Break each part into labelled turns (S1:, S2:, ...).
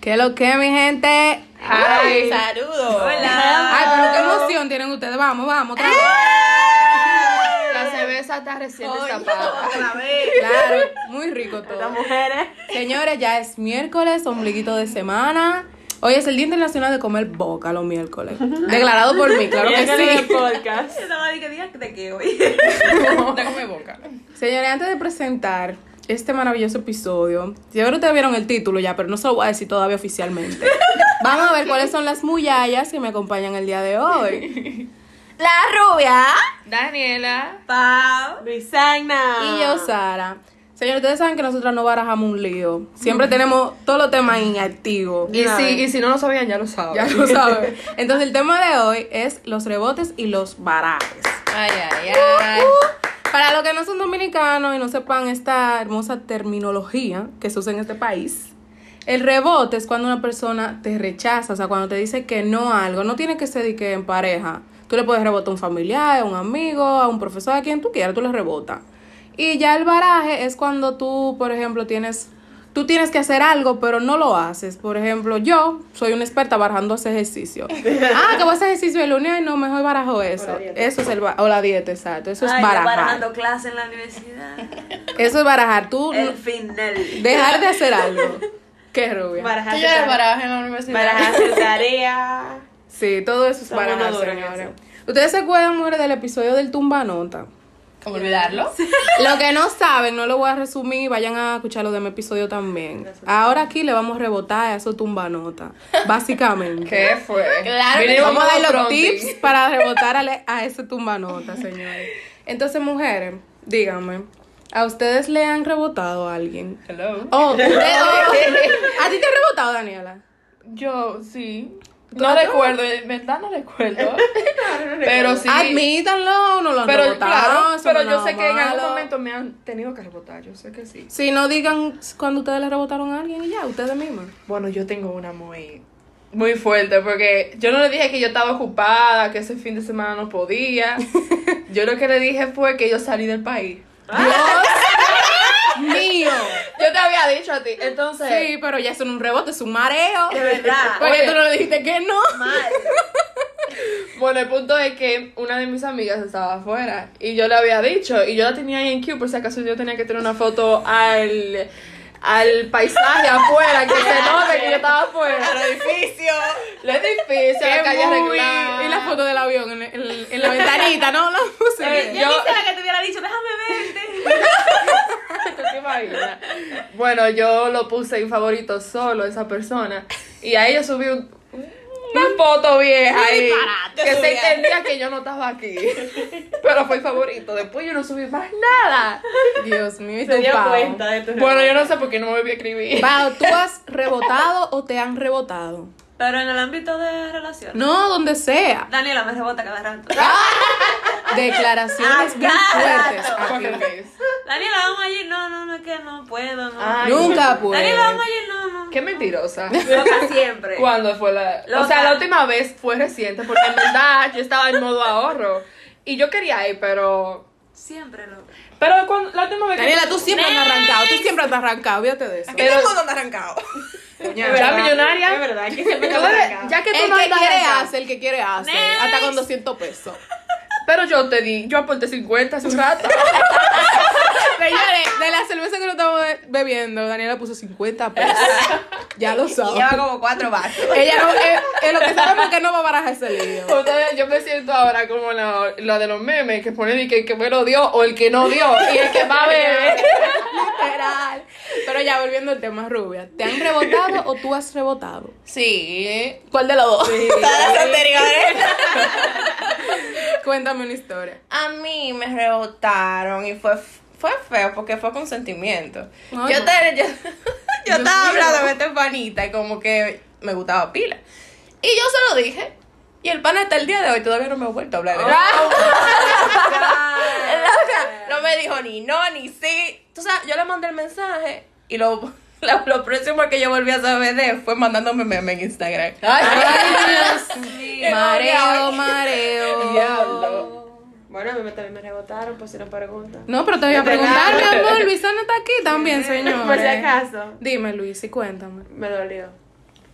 S1: ¿Qué lo que, mi gente?
S2: Ay.
S3: Saludos.
S2: Hola.
S1: Ay, pero qué emoción tienen ustedes. Vamos, vamos, otra vez.
S2: La cerveza está recién
S3: Hoy.
S2: destapada.
S4: Otra vez.
S1: Claro, muy rico
S4: Estas
S1: todo.
S4: mujeres.
S1: Señores, ya es miércoles, ombliguito de semana. Hoy es el Día Internacional de Comer Boca los miércoles. Declarado por mí, claro que
S4: Miércoles de
S1: sí.
S4: podcast.
S3: Estaba de que día de que hoy.
S1: Señores, antes de presentar este maravilloso episodio, ya ver ustedes vieron el título ya, pero no se lo voy a decir todavía oficialmente. Van a ver cuáles son las muyallas que me acompañan el día de hoy.
S3: La rubia.
S2: Daniela.
S3: Pau.
S4: Luisana.
S1: Y
S2: Ah.
S1: yo, Sara. Señores, ustedes saben que nosotras no barajamos un lío. Siempre tenemos todos los temas inactivos.
S2: Mm. Y si, y si no lo sabían, ya lo saben.
S1: Ya lo saben. Entonces, el tema de hoy es los rebotes y los barajes.
S2: Ay, ay, ay.
S1: Para los que no son dominicanos y no sepan esta hermosa terminología que se usa en este país, el rebote es cuando una persona te rechaza, o sea, cuando te dice que no a algo. No tiene que ser de que en pareja. Tú le puedes rebotar a un familiar, a un amigo, a un profesor, a quien tú quieras, tú le rebotas. Y ya el baraje es cuando tú, por ejemplo, tienes. Tú tienes que hacer algo, pero no lo haces. Por ejemplo, yo soy una experta barajando ese ejercicio. Ah, que voy a hacer ejercicio el lunes y no, mejor barajo eso. Eso es el ba- o la dieta, exacto. Eso es
S3: Ay, yo
S1: barajar.
S3: barajando clase en la universidad.
S1: Eso es barajar. Tú
S3: El final.
S1: dejar de hacer algo. Qué rubia.
S2: Tú
S4: Barajar
S2: ya eres
S4: su tarea.
S2: baraja en la universidad.
S4: Barajar su tarea.
S1: Sí, todo eso es
S4: Somos
S1: barajar,
S4: duras en
S1: señores. ¿Ustedes se acuerdan, mujeres, del episodio del tumbanota?
S2: ¿Cómo olvidarlo?
S1: Lo que no saben, no lo voy a resumir, vayan a escucharlo de mi episodio también. Ahora aquí le vamos a rebotar a esos tumbanota, básicamente.
S2: ¿Qué fue?
S3: Claro que
S2: Vinimos
S1: Vamos a
S2: con
S1: dar los
S2: fronting.
S1: tips para rebotar a, le- a ese tumbanota, señores. Entonces, mujeres, díganme, ¿a ustedes le han rebotado a alguien?
S2: Hello.
S1: Oh, usted- oh, ¿A ti te han rebotado, Daniela?
S2: Yo, sí. No recuerdo, en verdad no recuerdo. pero sí.
S1: Admítanlo, no lo han
S2: Pero
S1: rebotado.
S2: claro,
S1: eso
S2: pero
S1: no es
S2: yo
S1: nada
S2: sé que en algún
S1: malo.
S2: momento me han tenido que rebotar, yo sé que sí.
S1: Si no digan cuando ustedes le rebotaron a alguien y ya, ustedes mismas.
S2: Bueno, yo tengo una muy muy fuerte porque yo no le dije que yo estaba ocupada, que ese fin de semana no podía. Yo lo que le dije fue que yo salí del país.
S1: Dios mío.
S2: Yo te había dicho a ti. Entonces,
S1: Sí, pero ya eso no es un rebote, es un mareo.
S3: De verdad.
S1: Porque
S2: Oye.
S1: tú no le dijiste que no.
S3: Mal.
S2: bueno, el punto es que una de mis amigas estaba afuera y yo le había dicho y yo la tenía ahí en queue por si acaso yo tenía que tener una foto al al paisaje afuera que se note que yo estaba afuera. Al edificio. El edificio, la
S1: Qué
S2: calle
S1: muy-
S2: regular.
S1: Y la foto del avión en, el- en la ventanita, ¿no? La música.
S2: Eh,
S3: Yo quisiera que te hubiera dicho, déjame verte.
S2: ¿Tú te imaginas? Bueno, yo lo puse en favorito solo a esa persona. Y ahí yo subí un- una foto vieja ahí.
S3: disparate
S2: Que se
S3: subía.
S2: entendía que yo no estaba aquí. Pero fue el favorito. Después yo no subí más nada.
S1: Dios mío, y
S4: Se
S1: tú,
S4: dio
S1: Pau.
S4: cuenta de tu
S2: Bueno, yo no sé por qué no me voy a escribir.
S1: Pau, ¿tú has rebotado o te han rebotado?
S3: Pero en el ámbito de relaciones.
S1: No, donde sea.
S3: Daniela me rebota cada rato.
S1: Declaraciones bien fuertes. Ah,
S2: Fuck
S1: aquí.
S2: it, guys.
S3: Daniela, vamos allí. No, no, no es que no puedo. No.
S1: Ah,
S2: Ay,
S1: Nunca pude.
S3: Daniela, vamos allí. No, no.
S2: Qué mentirosa.
S3: Loca siempre.
S2: ¿Cuándo fue la.? O sea,
S3: Loca.
S2: la última vez fue reciente. Porque en verdad yo estaba en modo ahorro. Y yo quería ir, pero.
S3: Siempre loca.
S2: Pero cuando, la última vez que.
S1: Daniela, tú siempre has arrancado, tú siempre has arrancado, fíjate de eso.
S2: Pero-
S4: Es
S2: ¿Verdad,
S4: verdad,
S2: millonaria?
S4: Es verdad, que siempre
S2: Tú
S4: te lo
S2: eres-
S4: saca.
S2: ya que
S1: El
S2: tú
S1: que
S2: no andas
S1: quiere
S2: arrancado.
S1: hace, el que quiere hace,
S3: Next.
S1: hasta con 200 pesos.
S2: Pero yo te di, yo aporté 50 hace un rato.
S1: Señores, de la cerveza que nos estamos be- bebiendo, Daniela puso 50 pesos. Ya lo sabes.
S3: como cuatro vasos.
S1: Ella no, es, es lo que sabemos que no va a barajar ese lío.
S2: Ustedes, yo me siento ahora como la, la de los memes que ponen y que el que me lo dio o el que no dio y el que va a beber.
S1: Literal. Pero ya volviendo al tema rubia, ¿te han rebotado o tú has rebotado?
S2: Sí.
S1: ¿Cuál de los dos?
S3: Todas las anteriores.
S1: Cuéntame una historia.
S5: A mí me rebotaron y fue, fue feo porque fue con sentimiento.
S1: Ay,
S5: yo,
S1: no.
S5: te- yo, yo estaba
S1: mío.
S5: hablando con este panita y como que me gustaba pila. Y yo se lo dije. Y el pana hasta el día de hoy todavía no me ha vuelto a hablar de
S1: Ah.
S5: eso. Loca, No me dijo ni no, ni sí. Tú sabes, yo le mandé el mensaje y lo, lo, lo próximo que yo volví a saber de él fue mandándome meme en Instagram.
S1: Ay, Dios.
S3: mío.
S1: Mareo, mareo.
S4: Bueno, a mí me- también me rebotaron, por si no preguntan.
S1: No, pero te voy a
S4: De
S1: preguntar, mi
S4: nada.
S1: amor. Luisana está aquí también, señor.
S4: Por si acaso,
S1: Dime, Luis, y cuéntame.
S4: me dolió.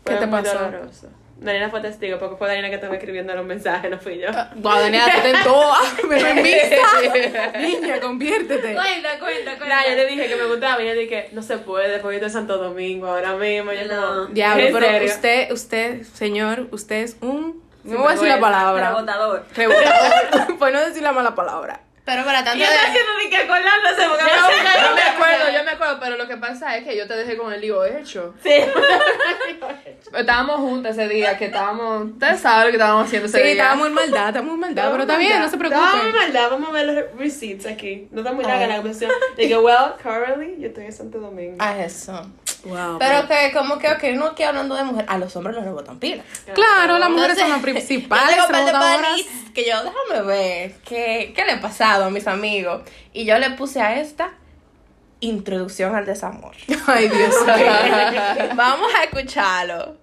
S1: ¿Qué
S4: Fue
S1: te
S4: muy
S1: pasó?
S4: doloroso. Daniela fue testigo porque fue Daniela que estaba escribiendo los mensajes, no fui yo.
S1: Guau, Daniela, tú te en toa. Me envista. Niña, conviértete.
S3: Cuenta, cuenta, cuenta.
S4: Nah, yo le dije que me gustaba y ella dije, no se puede, porque yo estoy en Santo Domingo ahora mismo. Yo
S3: No.
S4: como,
S1: Diablo,
S4: ¿en
S1: pero
S4: serio?
S1: usted, usted, señor, usted es un. No voy a decir la palabra.
S3: Rebotador.
S1: Rebotador. pues no decir la mala palabra.
S5: Pero para tanto.
S3: Yo estoy haciendo ni que acordándose porque no sé.
S2: Yo me acuerdo, yo me acuerdo, pero lo que pasa es que yo te dejé con el lío hecho. Sí. estábamos juntas ese día, que estábamos. Ustedes saben lo que estábamos haciendo
S1: Sí,
S2: ese día.
S1: estábamos en maldad, estábamos en maldad, pero está bien, no se
S4: Dame
S1: preocupen.
S4: maldad, vamos a ver los receipts aquí. No está muy larga la conversación. Dije, well, currently, yo estoy en Santo Domingo.
S5: Ah, eso.
S1: Wow,
S5: Pero que, como que, ok, no que hablando de mujer, a los hombres los rebotan pilas.
S1: Claro, las mujeres son las
S5: Yo
S1: principales
S5: tengo un par de
S1: rebotadoras.
S5: panis que yo, déjame ver, ¿qué, ¿qué le ha pasado a mis amigos? Y yo le puse a esta introducción al desamor.
S1: Ay, Dios mío.
S5: Vamos a escucharlo.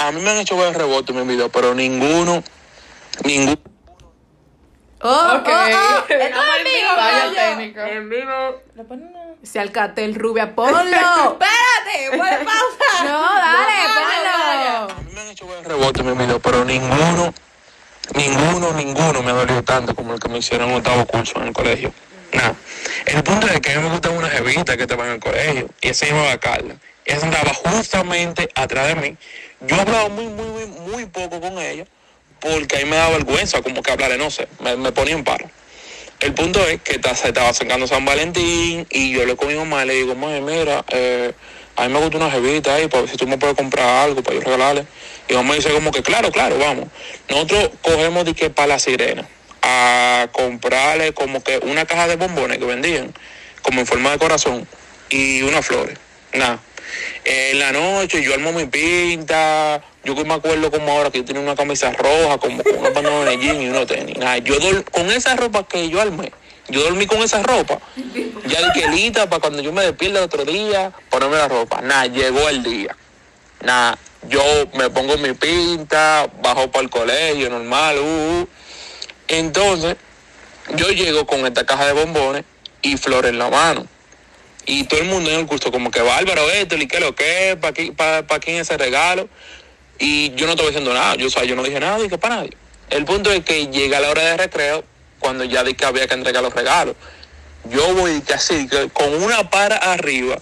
S6: A mí me han hecho varios rebotes en mi vida, pero ninguno, ninguno.
S1: Oh,
S2: Ok. pues,
S1: oh, oh.
S5: Esto es mío,
S2: Vaya
S5: gallo.
S2: técnico.
S4: En vivo.
S5: ¿Lo ponen a-
S1: Ese alcatel rubia, ponlo.
S5: Espérate, vuelve pausa.
S1: No, dale,
S5: No,
S1: ponlo.
S6: A mí me han hecho varios rebotes en mi vida, pero ninguno, ninguno, ninguno me ha dolido tanto como el que me hicieron en octavo curso en el colegio. Nada. El punto es que a mí me gustaba una jevita que estaba en el colegio y ella se llamaba Carla. Ella andaba justamente atrás de mí. Yo hablaba muy, muy, muy, muy poco con ella porque ahí me daba vergüenza como que hablarle, no sé, me, me ponía en paro. El punto es que ta- se estaba acercando San Valentín y yo le con mi mamá le digo, mami, mira, eh, a mí me gusta una jevita ahí para ver si tú me puedes comprar algo para yo regalarle. Y mamá dice como que, claro, claro, vamos. Nosotros cogemos de que para la sirena a comprarle como que una caja de bombones que vendían, como en forma de corazón, y unas flores. Nada. Eh, En la noche yo armo mi pinta. Yo que me acuerdo como ahora que yo tenía una camisa roja, como con unos pantalones jean y unos tenis. Nada, yo dor- con esa ropa que yo armé, yo dormí con esa ropa. Ya de quelita para cuando yo me despierto el otro día, ponerme la ropa. Nada, llegó el día. Nada, yo me pongo mi pinta, bajo para el colegio, normal, uh, uh. Entonces, yo llego con esta caja de bombones y flores en la mano. Y todo el mundo en el curso, como que bárbaro esto, y qué lo que es, para pa, pa quién ese regalo. Y yo no estaba diciendo nada, yo, o sea, yo no dije nada, dije para nadie. El punto es que llega la hora de recreo, cuando ya dije que había que entregar los regalos. Yo voy casi con una para arriba,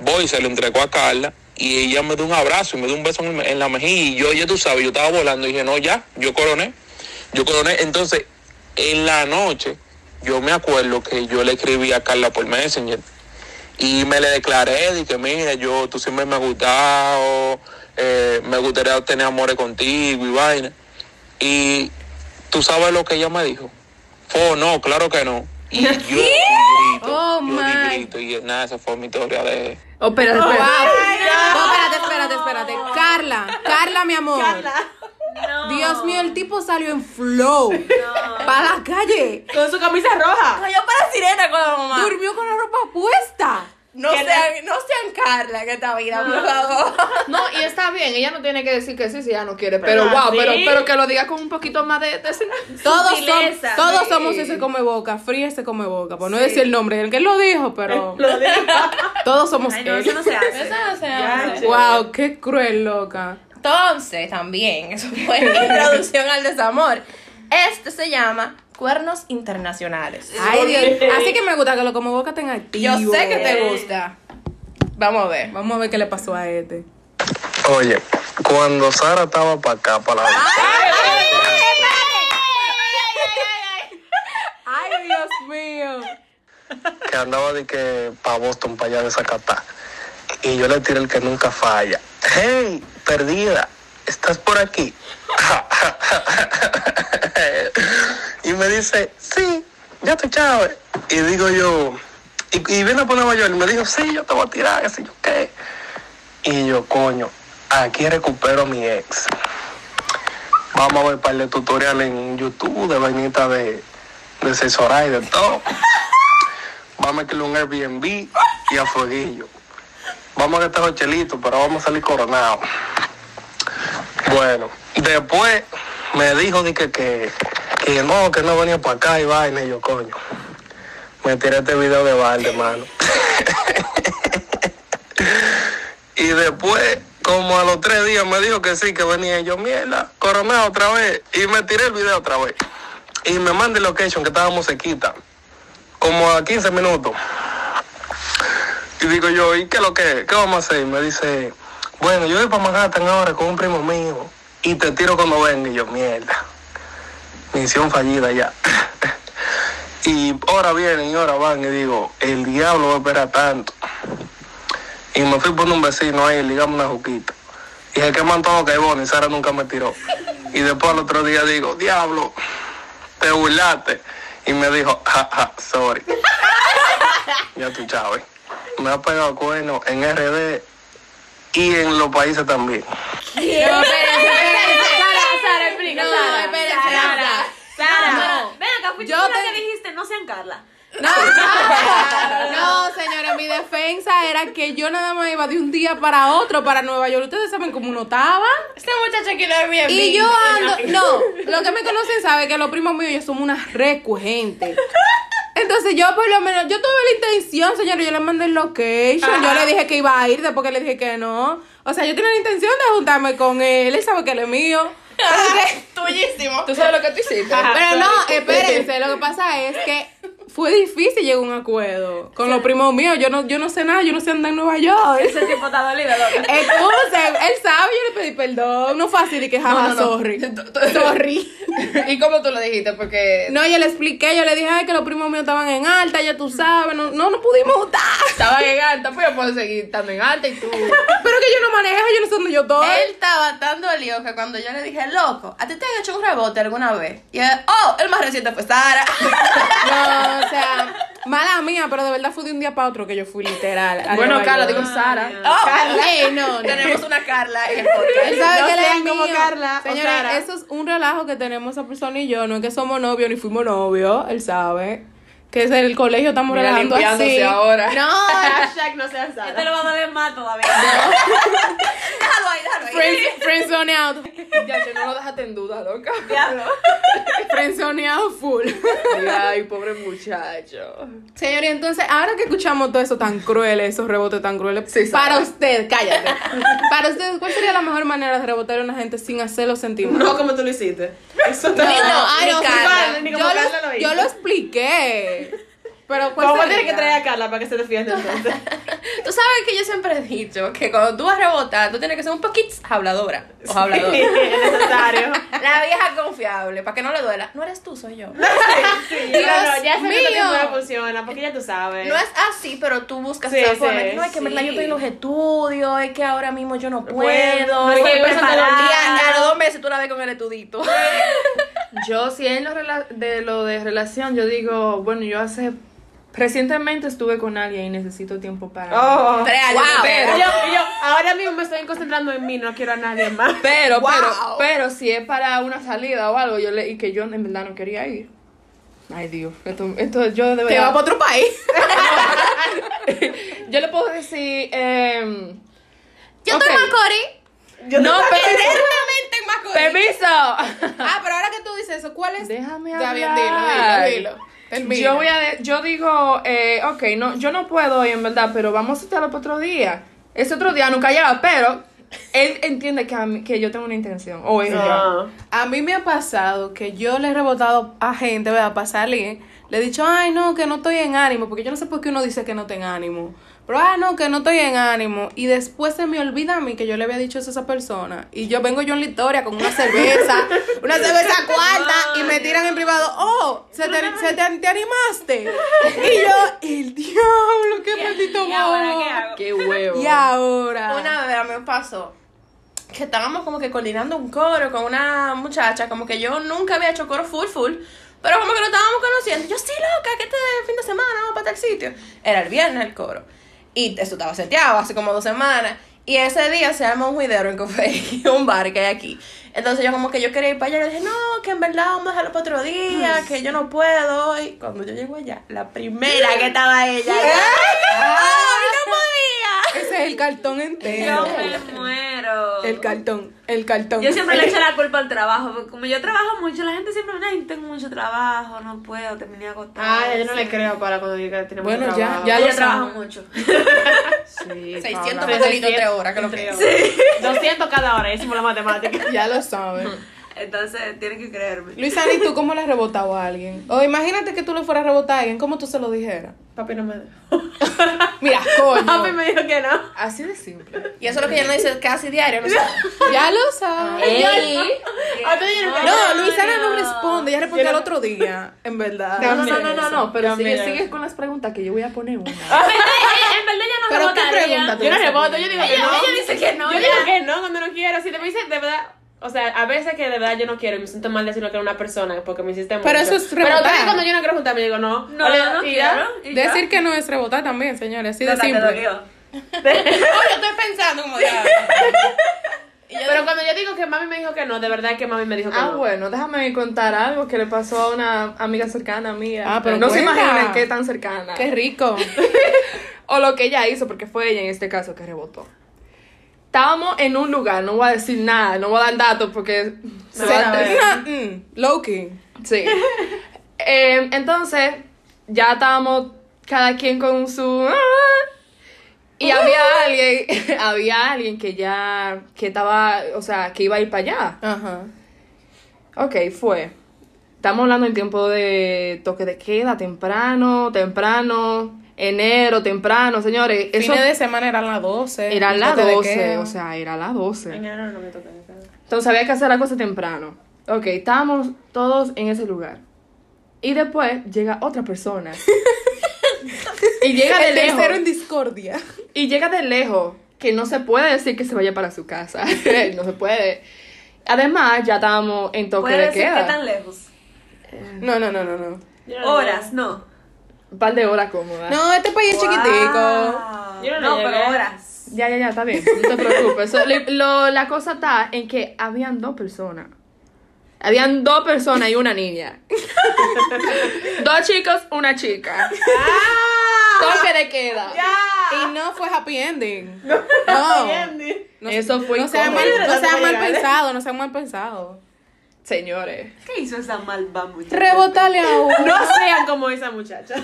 S6: voy, se lo entregó a Carla y ella me dio un abrazo y me dio un beso en, el me- en la mejilla y yo, ya tú sabes, yo estaba volando y dije, no, ya, yo coroné, yo coroné. Entonces, en la noche, yo me acuerdo que yo le escribí a Carla por Messenger y me le declaré, dije, mira, yo, tú siempre me has gustado, eh, me gustaría tener amores contigo y vaina. Y tú sabes lo que ella me dijo. Fue, no, claro que no. Y yo di grito,
S1: Oh,
S6: yo di
S1: my.
S6: grito, y nada, esa fue mi historia de...
S1: Oh, espérate, espérate. No, espérate, espérate, espérate. Carla, Carla, mi amor.
S3: No.
S1: Dios mío, el tipo salió en flow. Para la calle.
S4: Con su camisa
S1: Ah.
S4: roja.
S5: Yo para sirena con la mamá.
S1: Durmió con la ropa puesta.
S5: No sean, no sean Carla en esta vida,
S1: Ah.
S5: por favor.
S2: No, y está bien, ella no tiene que decir que sí si ella no quiere, pero,
S4: Pero
S2: wow,
S4: así.
S2: pero, pero que lo diga con un poquito más de. de de-
S1: Todos, somos,
S3: Sutileza,
S1: todos
S3: sí.
S1: somos ese come boca, fría ese come boca. Por no decir el nombre, el que lo dijo, pero
S4: Lo dijo.
S1: todos somos
S3: Ay, no,
S1: él.
S3: eso no se hace.
S1: Wow, qué cruel, loca.
S5: Entonces, también, eso fue introducción al desamor. Este se llama Cuernos Internacionales.
S1: Ay, Dios. Así que me gusta que lo como boca tenga
S5: Yo
S1: activo.
S5: sé que te gusta. Vamos a ver.
S1: Vamos a ver qué le pasó a este.
S6: Oye, cuando Sara estaba para acá, para la...
S1: Ay, Dios mío.
S6: que andaba de que para Boston, para allá de Zacatá. Y yo le tiré el que nunca falla. ¡Hey! Perdida, ¿estás por aquí? y me dice, sí, ya te chave. Y digo yo, y, y viene por Nueva York. Y me dijo, sí, yo te voy a tirar, qué sé yo qué. Y yo, coño, aquí recupero a mi ex. Vamos a ver un par de tutoriales en YouTube de vainita de, de asesorar y de todo. Vamos a alquilar un Airbnb y a fueguillo. Vamos a gastar los chelitos, pero vamos a salir coronados. Bueno, después me dijo de que, que, que no, que no venía para acá y vaina. Y yo, coño, me tiré este video de balde, hermano. y después, Como a los tres días me dijo que sí, que venía y yo, mierda, coronea otra vez. Y me tiré el video otra vez. Y me mandé location, que estábamos cerquita. Como a 15 minutos. Y digo yo, ¿y qué es lo que? es? ¿Qué vamos a hacer? Y me dice, bueno, yo voy para Manhattan ahora con un primo mío. Y te tiro cuando venga. Y yo, mierda. Misión fallida ya. y ahora vienen y ahora van. Y digo, el diablo va a esperar tanto. Y me fui por un vecino ahí, ligamos una juquita. Y el que mandó que bueno, y Sara nunca me tiró. Y después al otro día digo, diablo, te burlaste. Y me dijo, ja, ja, sorry. ya tú sabes. Me ha pegado cuerno en RD y en los países también.
S1: No, espérense, espérense.
S3: Sara, Sara, explica.
S1: No,
S3: Sara,
S1: espérense,
S3: Sara, Sara.
S1: No.
S3: Ven acá, fuiste
S1: Yo
S3: tú la
S1: te-
S3: que dijiste, no sean Carla.
S1: No, no, no, señora, mi defensa era que yo nada más iba de un día para otro para Nueva York. Ustedes saben cómo uno estaba.
S5: Este muchacho aquí no es bien.
S1: Y yo ando, no, lo que me conocen sabe que los primos míos yo somos una recogente. Entonces yo por lo menos, yo tuve la intención, señora, yo le mandé el location, yo le dije que iba a ir, después que le dije que no. O sea, yo tenía la intención de juntarme con él, él sabe que él es mío.
S5: Tuyísimo.
S2: ¿Tú sabes lo que tú hiciste?
S1: Pero no, espérense, lo que pasa es que fue difícil llegar a un acuerdo con los primos míos, yo no, yo no sé nada, yo no sé andar en Nueva York.
S3: Ese tipo está dolido, loca.
S1: Entonces, él sabe, yo le pedí perdón, no fue así de que jamás, sorry, sorry.
S5: ¿Y cómo tú lo dijiste? Porque
S1: No, yo le expliqué, yo le dije, ay, que los primos míos estaban en alta, ya tú sabes, no, no, no pudimos juntar.
S5: estaba en alta, pues yo puedo seguir estando en alta y tú.
S1: Pero que yo no manejo, yo no sé dónde yo estoy.
S5: Él estaba tan dolido que cuando yo le dije, loco, ¿a ti te han hecho un rebote alguna vez? Y él, oh, el más reciente fue Sara. Ah,
S1: No, o sea, mala mía, pero de verdad fue de un día para otro que yo fui literal. a
S2: Bueno,
S1: Nueva
S2: Carla,
S1: York.
S2: digo Sara.
S5: Oh,
S1: Carla, eh, no, no.
S5: Tenemos una Carla en el podcast.
S1: Él sabe
S4: No
S1: que él
S4: sean
S1: es
S4: como
S1: mío.
S4: Carla o
S1: Señores,
S4: Sara.
S1: eso es un relajo que tenemos esa persona y yo. No es que somos novios ni fuimos novios, él sabe. Que es el colegio, estamos
S2: Mira,
S1: relajando así.
S2: limpiándose ahora.
S1: No,
S4: Hashtag no seas
S3: Este
S4: Sara.
S3: lo va a doler más todavía. Déjalo ahí, déjalo ahí.
S1: friends- friendzone out.
S2: Ya, que no lo dejaste en duda, loca.
S3: Diablo.
S1: Friendzone out full.
S2: Ay, pobre muchacho.
S1: Señor, y entonces, ahora que escuchamos todo eso tan cruel, esos rebotes tan crueles,
S2: Sí, Sara.
S1: para usted, cállate. para usted, ¿cuál sería la mejor manera de rebotar a una gente sin hacerlo sentir mal?
S4: No como tú lo hiciste. Eso
S1: No,
S4: te
S1: ay, no,
S5: ni Carla,
S1: sí,
S4: ni
S1: yo,
S4: como Carla
S1: lo,
S4: lo hizo.
S1: yo lo expliqué. Pero, ¿cuál
S4: ¿Cómo
S1: sería?
S4: tienes que traer a Carla para que se defienda entonces?
S5: Tú sabes que yo siempre he dicho que cuando tú vas a rebotar, tú tienes que ser un poquito habladora. O hablador.
S4: Sí, es necesario.
S5: La vieja confiable, para que no le duela. No eres tú, soy yo.
S4: Sí,
S1: Dios
S4: claro, ya sé que
S1: mío.
S4: tu no funciona, porque ya tú sabes.
S5: No es así, pero tú buscas
S4: Sí,
S5: esa
S4: sí,
S5: forma. No, es que
S4: sí.
S5: en verdad yo estoy en los estudios, es que ahora mismo yo no puedo.
S4: Puedo, no
S5: Y
S4: estoy
S5: por eso te
S4: preparada.
S5: dolía. A los dos meses tú la ves con el estudito.
S2: Yo, si es lo rela- de lo de relación, yo digo, bueno, yo hace. Recientemente estuve con alguien y necesito tiempo para.
S4: Oh.
S5: Tres años
S4: Wow.
S5: entero.
S4: Y yo, y yo, ahora mismo me estoy concentrando en mí, no quiero a nadie más.
S2: Pero,
S5: Wow.
S2: pero, pero si es para una salida o algo, yo le, y que yo en verdad no quería ir. Ay, Dios. Esto, esto yo
S1: Te
S2: de
S1: va
S2: verdad.
S1: para otro país.
S2: Yo le puedo decir. em,
S5: Yo
S2: Ok.
S5: estoy en Macori.
S4: Yo
S2: no,
S4: te-
S2: permiso.
S5: Eternamente en Macori.
S2: permiso.
S1: Ah, pero ahora que tú dices eso, ¿cuál es?
S2: Déjame
S1: Está
S2: hablar.
S1: bien, dilo, dilo, dilo. Termina.
S2: Yo voy a, de- yo digo, eh, ok, no, yo no puedo hoy en verdad, pero vamos a citarlo para otro día. Ese otro día nunca llega, pero él entiende que, a mí- que yo tengo una intención. O
S3: Pues,
S2: ella.
S4: No.
S1: A mí me ha pasado que yo le he rebotado a gente, ¿verdad? Para salir. Le he dicho, ay, no, que no estoy en ánimo. Porque yo no sé por qué uno dice que no tengo ánimo. Pero, ah, no, que no estoy en ánimo. Y después se me olvida a mí que yo le había dicho eso a esa persona. Y yo vengo yo en la historia con una cerveza, una cerveza cuarta, y me tiran en privado, oh, se te, se te, te animaste. Y yo, el diablo, qué maldito
S3: ¿Y ahora
S1: bobo.
S3: qué hago?
S2: Qué huevo.
S1: Y ahora.
S5: Una vez a mí me pasó que estábamos como que coordinando un coro con una muchacha, como que yo nunca había hecho coro full full, pero como que lo estábamos conociendo. Yo sí, loca, que este fin de semana vamos para tal sitio. Era el viernes el coro. Y eso estaba seteado hace como dos semanas. Y ese día se arma un juidero en café, un bar que hay aquí. Entonces yo como que yo quería ir para allá, le dije, no, que en verdad vamos a dejarlo para otro día, que yo no puedo. Y cuando yo llego allá, la primera que estaba ella, ¡ay, no podía!
S1: Ese ese es el cartón entero.
S3: Yo me muero.
S1: El cartón, el cartón.
S3: Yo siempre le echo la culpa al trabajo, porque como yo trabajo mucho, la gente siempre me dice, tengo mucho trabajo, no puedo, terminé agotada.
S4: Ah, yo no le creo para cuando diga que tiene mucho
S1: Bueno, ya,
S4: trabajo.
S1: ya
S3: Yo
S1: lo
S3: trabajo
S1: saben.
S3: mucho.
S4: Sí,
S5: 600
S4: Paola.
S5: pesos 3 horas, que lo que es.
S4: 200 cada hora, hicimos la matemática.
S1: Ya lo saben.
S3: Entonces, tienen que creerme.
S1: Luisana, ¿y tú cómo le has rebotado a alguien? O imagínate que tú le fueras a rebotar a alguien, ¿cómo tú se lo dijeras?
S4: Papi no me dejó.
S1: Mira, coño.
S4: Papi me dijo que no.
S1: Así de simple.
S5: Y eso es lo que ella no dice casi diario. No, sé.
S1: Ya lo sabes.
S4: A mí yo no me-
S1: No, Luisana no responde, ella respondió al otro día, en verdad.
S4: No,
S1: Pero
S4: no, no, no, no, pero sigue- sigues
S2: con las preguntas que yo voy a poner una.
S3: En verdad, eh, en verdad yo no
S1: qué
S3: rebotaría.
S1: pregunta tú
S4: Yo no
S1: Luisana?
S4: reboto, yo digo que
S3: Ella,
S4: no.
S3: ella dice que no.
S4: Yo
S3: ya.
S4: digo que no cuando no quiero. Si te me dicen de verdad. O sea, a veces que de verdad yo no quiero y me siento mal decirlo que era una persona porque me hiciste mucho.
S1: Pero eso es
S4: Pero otra vez
S1: rebotar.
S4: cuando yo no quiero juntarme, digo no.
S3: No,
S4: O le-
S3: no
S4: y ya.
S3: quiero. y ya.
S1: Decir que no es rebotar también, señores, así de
S3: Tata, te
S1: simple.
S3: dolió.
S5: yo estoy pensando como ya.
S4: Pero cuando yo digo que mami me dijo que no, de verdad que mami me dijo que
S2: Ah,
S4: no.
S2: bueno, déjame contar algo que le pasó a una amiga cercana mía.
S1: Ah, pero
S2: no se
S1: cuenta.
S2: imaginan qué tan cercana.
S1: Qué rico.
S2: O lo que ella hizo, porque fue ella en este caso que rebotó. Estábamos en un lugar, no voy a decir nada, no voy a dar datos porque se
S4: van a ver.
S1: Mm, Loki.
S2: Sí. Eh, entonces, ya estábamos cada quien con su. Y había alguien, había alguien que ya, que estaba, o sea, que iba a ir para allá.
S1: Ajá.
S2: Ok, fue. Estamos hablando en tiempo de toque de queda, temprano, temprano, enero, temprano, señores. Eso
S1: Fines de semana eran las 12.
S2: era las
S1: toque de
S2: 12,
S1: queda.
S2: o sea, era las 12.
S4: Ay, no, no, no me toca eso.
S2: Entonces había que hacer la cosa temprano. Ok, estábamos todos en ese lugar. Y después llega otra persona. y llega de
S1: El tercero en
S2: lejos.
S1: discordia.
S2: Y llega de lejos. Que no se puede decir que se vaya para su casa. no se puede. Además, ya estábamos en toque
S3: Puede
S2: de
S3: decir que
S2: queda.
S3: tan lejos.
S1: No, no, no, no, no.
S4: Yo no
S3: Horas, no.
S2: Un par de horas cómodas.
S1: No, este país es chiquitico.
S3: Wow.
S4: Yo
S3: No,
S4: no le
S3: pero
S4: llegué.
S3: horas.
S2: Ya, ya, ya, está bien. No te preocupes. So, le- lo- la cosa está en que habían dos personas. Habían dos personas y una niña. dos chicos, una chica.
S3: Ah.
S2: Toque de queda.
S1: Y no fue happy ending. No.
S4: Andy.
S1: No se-
S2: Eso fue
S1: no sean
S2: incómodo.
S1: mal, no sean mal
S4: Legal.
S1: pensado, no sean mal pensado.
S2: Señores.
S3: ¿Qué hizo esa malva muchacha?
S1: Rebotale a uno.
S4: No sean como esa muchacha.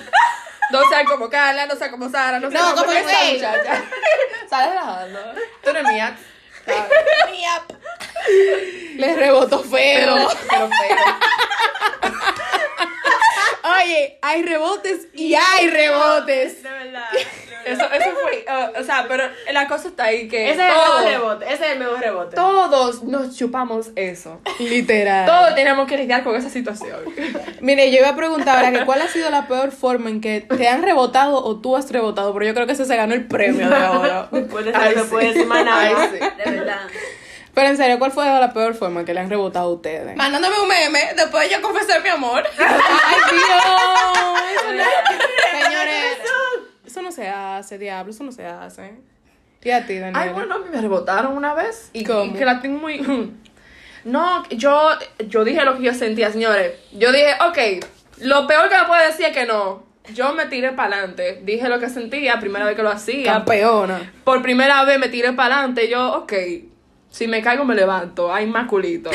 S2: No sean como Carla, no sean como Sara, no sean
S1: No,
S2: como
S1: como
S2: esa
S1: Isabel.
S2: muchacha. Sara relajando. Tú eres mía.
S1: Les rebotó feo.
S2: Pero feo.
S1: Oye, hay rebotes y hay rebotes.
S4: De verdad.
S2: Eso, eso fue. uh, o sea, pero la cosa está ahí que.
S4: Ese es el
S2: todos-
S4: mejor rebote. Ese es el mejor rebote.
S2: todos nos chupamos eso.
S1: Literal.
S2: Todos tenemos que lidiar con esa situación.
S1: Mire, yo iba a preguntar ahora que cuál ha sido la peor forma en que te han rebotado o tú has rebotado, pero yo creo que ese se ganó el premio de ahora.
S4: Después de eso no se puede decir más nada.
S3: De verdad.
S1: Pero en serio, ¿cuál fue la peor forma que le han rebotado a ustedes?
S5: Mandándome un meme, después yo confesar mi amor.
S1: ¡Ay, Dios! Señores, eso no se hace, diablo, eso no se hace. ¿Y a ti, Daniela?
S2: Ay, bueno, a mí me rebotaron una vez. Y,
S1: ¿Cómo?
S2: y que la tengo muy. No, yo, yo dije lo que yo sentía, señores. Yo dije, ok, lo peor que me puede decir es que no. Yo me tiré para adelante. Dije lo que sentía, primera vez que lo hacía.
S1: Campeona.
S2: Por primera vez me tiré para adelante. Yo, ok, si me caigo me levanto. Hay más culito.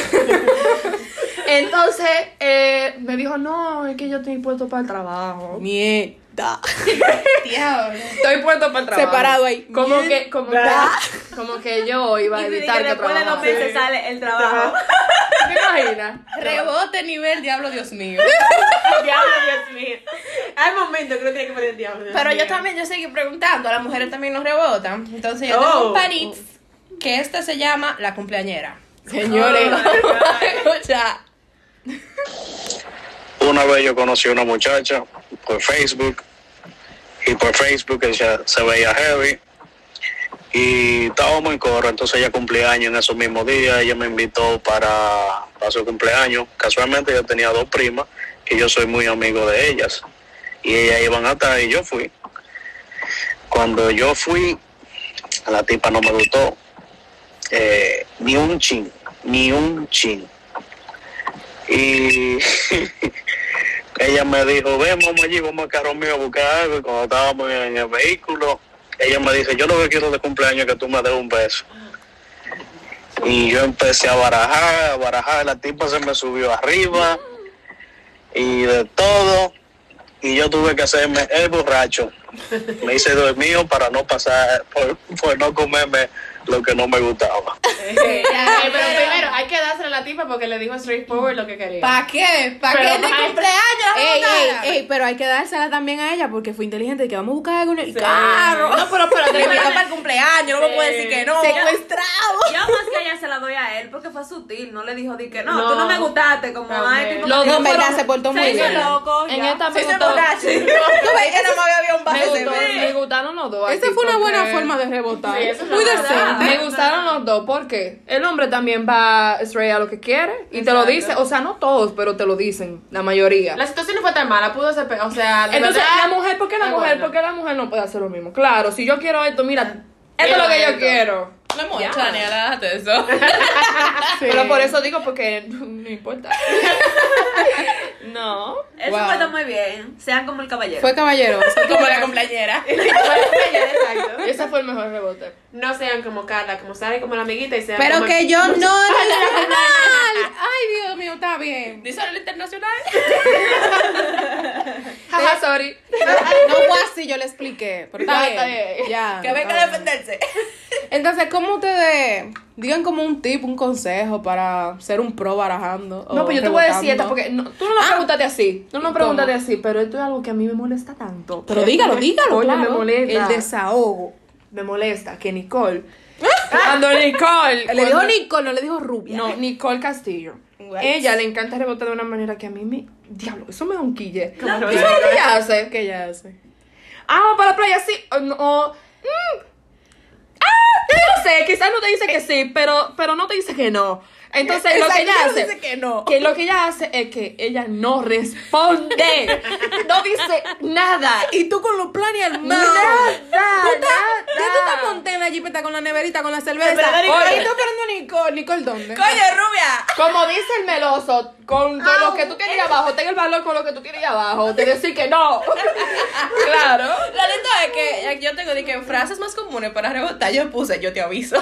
S2: Entonces eh, me dijo, no, es que yo estoy puesto para el trabajo.
S1: Mierda.
S5: Diablo.
S2: Estoy puesto para el trabajo.
S1: Separado ahí.
S2: Como que, como que,
S4: ¿Verdad?
S2: como que yo iba a
S3: Y
S2: evitar que,
S3: después de dos
S2: trabajara.
S3: meses sale el trabajo.
S2: ¿Te imaginas?
S5: Rebote nivel diablo, Dios mío.
S4: Diablo, Dios mío. Hay momentos que no tiene que poner el diablo. Dios
S5: Pero
S4: mío.
S5: yo también, yo seguí preguntando, las mujeres también nos rebotan. Entonces yo
S4: Oh.
S5: tengo un panit que este se llama La cumpleañera.
S1: Señores.
S5: Escucha.
S6: Una vez yo conocí a una muchacha por Facebook y por Facebook ella se veía heavy y estábamos en coro, entonces ella cumplía años en esos mismos días, ella me invitó para, para su cumpleaños. Casualmente yo tenía dos primas que yo soy muy amigo de ellas y ellas iban a estar y yo fui. Cuando yo fui, a la tipa no me gustó eh, ni un chin, ni un chin. Y ella me dijo, ven, vamos allí, vamos a carro mío a buscar algo. Y cuando estábamos en el vehículo, ella me dice, yo lo que quiero de cumpleaños es que tú me des un beso. Y yo empecé a barajar, a barajar, la tipa se me subió arriba y de todo. Y yo tuve que hacerme el borracho. Me hice dormido para no pasar, por, por no comerme lo que no me gustaba.
S4: Ay, pero primero, hay que dársela a la tipa porque le dijo straightforward lo que quería.
S5: ¿Para qué? ¿Para
S4: Pero
S5: qué de
S4: pa-
S5: cumpleaños?
S1: Ey,
S5: Ramona?
S1: ey, ey, pero hay que dársela también a ella porque fue inteligente y que vamos a buscar algo en el carro.
S5: Claro. No, pero, pero te invitó para el cumpleaños, no me puedes decir que no.
S1: Secuestrado.
S3: Yo más que ella se la doy a él porque fue sutil, no le dijo di que no, tú no me gustaste, como ay, tipo,
S1: No, en verdad se portó muy
S3: se hizo
S1: bien.
S3: loco,
S2: En
S3: ya.
S2: esta me
S5: Sí, se
S2: gustó.
S5: borracho. Tú ves que no me había un
S2: Me,
S5: baje de
S2: gustó, me
S5: beso.
S2: gustaron los dos.
S1: Esa
S2: aquí
S1: fue una buena
S2: porque-
S1: forma de rebotar.
S4: Sí, esa es la
S1: Muy
S3: verdad.
S1: decente.
S2: Me gustaron los dos porque el hombre también va straight a lo que quiere y te lo dice. O sea, no todos, pero te lo dicen, la mayoría.
S4: La situación no fue tan mala, pudo ser, pe- o sea, de
S2: Entonces,
S4: verdad,
S2: la mujer, ¿por qué la
S4: qué
S2: mujer?
S4: bueno.
S2: ¿Por qué la mujer no puede hacer lo mismo? Claro, si yo quiero esto, mira, esto es lo
S5: Eh,
S2: que yo
S4: bonito.
S2: quiero.
S5: No es muy Chania, déjate eso.
S2: Pero por eso digo, porque no importa. no.
S3: Eso
S1: Wow.
S3: fue todo muy bien. Sean como el caballero.
S1: Fue caballero.
S5: Como la cumpleañera.
S4: Exacto.
S2: Ese fue el mejor rebote.
S4: No sean como Carla, como Sara y como la amiguita y sean
S1: Pero
S4: como
S1: que yo no lo haga mal. Ay, Dios mío, está bien.
S5: Dice el internacional.
S2: Jaja, sorry.
S1: No fue así, yo le expliqué. Pero está,
S2: No,
S1: bien.
S2: está bien.
S1: Ya.
S5: Que venga
S1: está
S5: a
S1: bien.
S5: defenderse.
S1: Entonces, ¿cómo ustedes digan como un tip, un consejo para ser un pro barajando?
S2: No,
S1: o
S2: pero yo te voy a decir
S1: rebotando?
S2: esto
S1: Ah,
S2: porque no- tú no lo preguntaste así. Tú no lo preguntaste
S1: ¿Cómo?
S2: así, pero esto es algo que a mí me molesta tanto.
S1: Pero dígalo, dígalo.
S2: Oye,
S1: claro.
S2: me molesta.
S1: El desahogo.
S2: Me molesta que Nicole. Cuando Nicole.
S1: Le dijo
S2: cuando-
S1: Nicole, no le dijo rubia.
S2: No, Nicole Castillo. Ella le encanta rebotar de una manera que a mí me. Diablo, eso me da un quille. ¿Tú sabes lo que ella hace?
S1: ¿Qué ella hace?
S2: Ah, vamos para la playa, sí. O. no, o, mm, ah, yo no sé, quizás no te dice que sí, pero, pero no te dice que no. Entonces, lo que ella hace.
S5: Dice que no.
S2: Que lo que ella hace es que ella no responde. No dice nada.
S1: Y tú con los planes
S2: Nada.
S1: armados. Tú estás,
S2: nada.
S1: tú estás montada en la jipeta con la neverita, con la cerveza.
S5: verdadero
S1: Oye,
S5: Nicole.
S1: ¿y tú esperando a Nicole. ¿Nicole dónde?
S5: Coño, rubia.
S2: Como dice el meloso, con, con lo que tú
S1: Ah,
S2: tienes ahí abajo, ten el valor con lo que tú tienes ahí abajo. Te decir que no. claro.
S5: Lo lindo es que eh, yo tengo de que frases más comunes para rebotar. Yo puse, yo te aviso.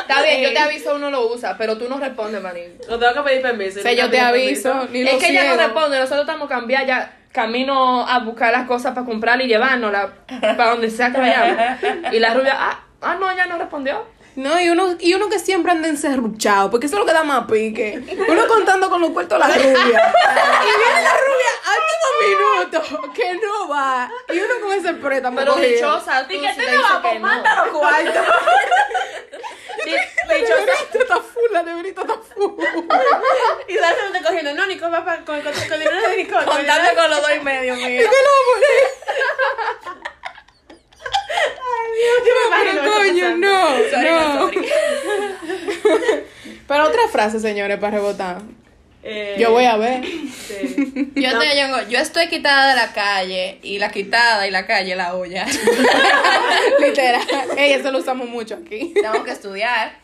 S2: Está bien, yo te aviso, uno lo usa, pero tú no respondes, manín.
S4: No tengo que pedir permiso.
S1: O sea, yo te aviso. Ni
S2: es
S1: lo
S2: que ella no
S1: ciego.
S2: responde, nosotros estamos cambiando ya camino a buscar las cosas para comprar y llevárnoslas para donde sea que vayamos. Y la rubia, ah, ah no, ella no respondió.
S1: No, y uno, y uno que siempre anda encerruchado, porque eso es lo que da más pique. Uno contando con los cuartos de la rubia. Y viene la rubia a último minuto, que no va. Y uno con ese préstamo.
S2: Pero
S1: cogido.
S2: dichosa, tú
S3: Y
S2: si
S3: que
S2: te
S3: tú
S2: dice
S3: no vas,
S2: que
S3: pues
S2: no.
S3: manda los cuartos.
S1: La neverita está full, la neverita está full.
S4: Y Sara se lo está cogiendo. No, Nicole va para, con, con, con el dinero de Nicole. con el dinero
S5: Contando con los dos y medio,
S1: Y que
S5: mira.
S1: la mujer.
S4: imagino
S1: Pero
S4: lo que
S1: coño, no,
S5: Sorry,
S1: no.
S5: no, sorry.
S1: Pero otra frase, señores, para rebotar.
S4: de-
S1: Yo voy a ver.
S4: Eh, Sí.
S5: Yo, te- yo- yo estoy quitada de la calle y la quitada y la calle la olla.
S1: Literal. Ey, eso lo usamos mucho aquí.
S5: Tengo que estudiar.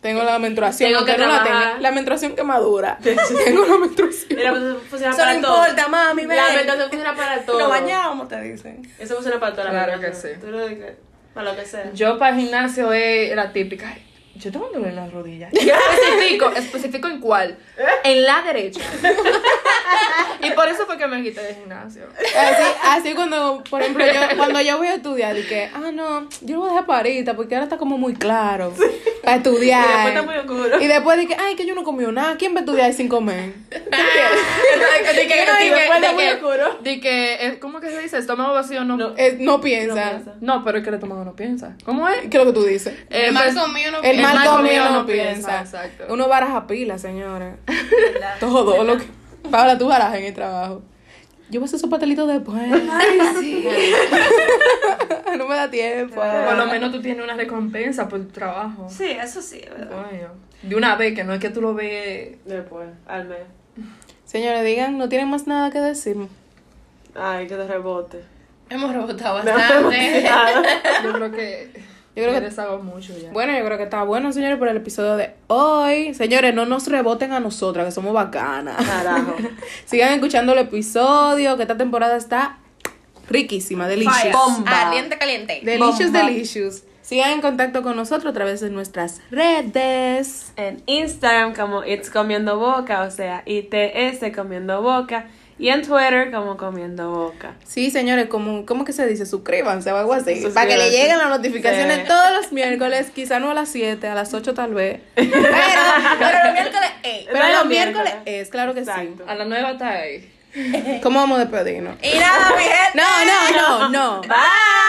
S1: Tengo la menstruación,
S4: Tengo
S1: aunque
S4: que
S1: no la
S4: trabajar.
S1: tenga. La menstruación que madura. Tengo la menstruación.
S4: Mira, pues, eso funciona
S5: Eso no
S4: para todo.
S5: importa, mami, ven.
S4: La meditación funciona para todo.
S5: Lo bañamos, te dicen.
S4: Eso funciona para todo. la
S2: Claro
S4: meditación.
S2: que sí.
S4: Tú lo dices, Para lo que sea.
S2: Yo para el gimnasio es la típica. "Ay, Yo tengo un dolor en las rodillas. Y especifico, especifico en cuál. En la derecha. Y por eso fue que me quité del gimnasio.
S1: Así, así cuando, por ejemplo, yo, cuando yo voy a estudiar, y que, ah, no, yo lo voy a dejar para ahorita porque ahora está como muy claro para estudiar.
S4: Y después está muy oscuro.
S1: Y después de que, ay, que yo no comió nada, ¿quién va a estudiar sin comer?
S2: Di que,
S1: Ay,
S2: di
S1: me
S2: que,
S1: acuerdo
S2: di
S1: muy
S2: que-
S1: oscuro.
S2: di que, eh, ¿cómo que se dice? Estómago vacío no. No,
S1: Eh, no piensa.
S4: piensa.
S2: pero es que el estómago no piensa. ¿Cómo es?
S1: ¿Qué es lo que tú dices?
S2: Eh, pues,
S5: mío no
S1: El
S2: El
S1: mal
S2: mal
S1: comido
S2: comido
S1: no
S2: no
S1: piensa.
S2: piensa, exacto.
S1: Uno baraja pila, señores. Todo lo que. Paola, tú barajas en el trabajo. Yo voy a hacer esos pastelitos después. Ay, sí. no me da tiempo.
S2: por lo menos tú tienes una recompensa por tu trabajo.
S3: Sí, eso sí, es ¿verdad?
S2: Coño. De una vez, que no es que tú lo ves.
S4: Después, al mes.
S1: Señores, digan, no tienen más nada que decir.
S4: Ay, que te rebote.
S5: Hemos rebotado bastante.
S2: Yo creo que. Yo
S1: creo
S2: creo
S1: que-
S2: que deshago mucho ya.
S1: Bueno, yo creo que está bueno, señores, por el episodio de hoy. Señores, no nos reboten a nosotras, que somos bacanas.
S4: Carajo.
S1: Sigan escuchando el episodio, que esta temporada está riquísima, delicious.
S5: Caliente, caliente.
S1: Delicious, delicious. Sigan en contacto con nosotros a través de nuestras redes.
S4: En Instagram como It's Comiendo Boca, o sea, ITS Comiendo Boca. Y en Twitter como Comiendo Boca.
S1: Sí, señores, como, ¿cómo que se dice? Suscríbanse o algo así. Para que
S4: Suscríbanse.
S1: le lleguen las notificaciones
S4: Sí.
S1: todos los miércoles, quizá no a las 7, a las 8 tal vez. Pero,
S5: Pero los miércoles, ey.
S1: pero
S4: Pero
S1: los
S4: los
S1: miércoles
S4: miércoles.
S1: es, claro que
S4: Exacto.
S2: A la nueva está ahí.
S1: sí. ¿Cómo vamos a despedirnos?
S5: Y nada, mi gente.
S1: No, no, no, no.
S5: Bye.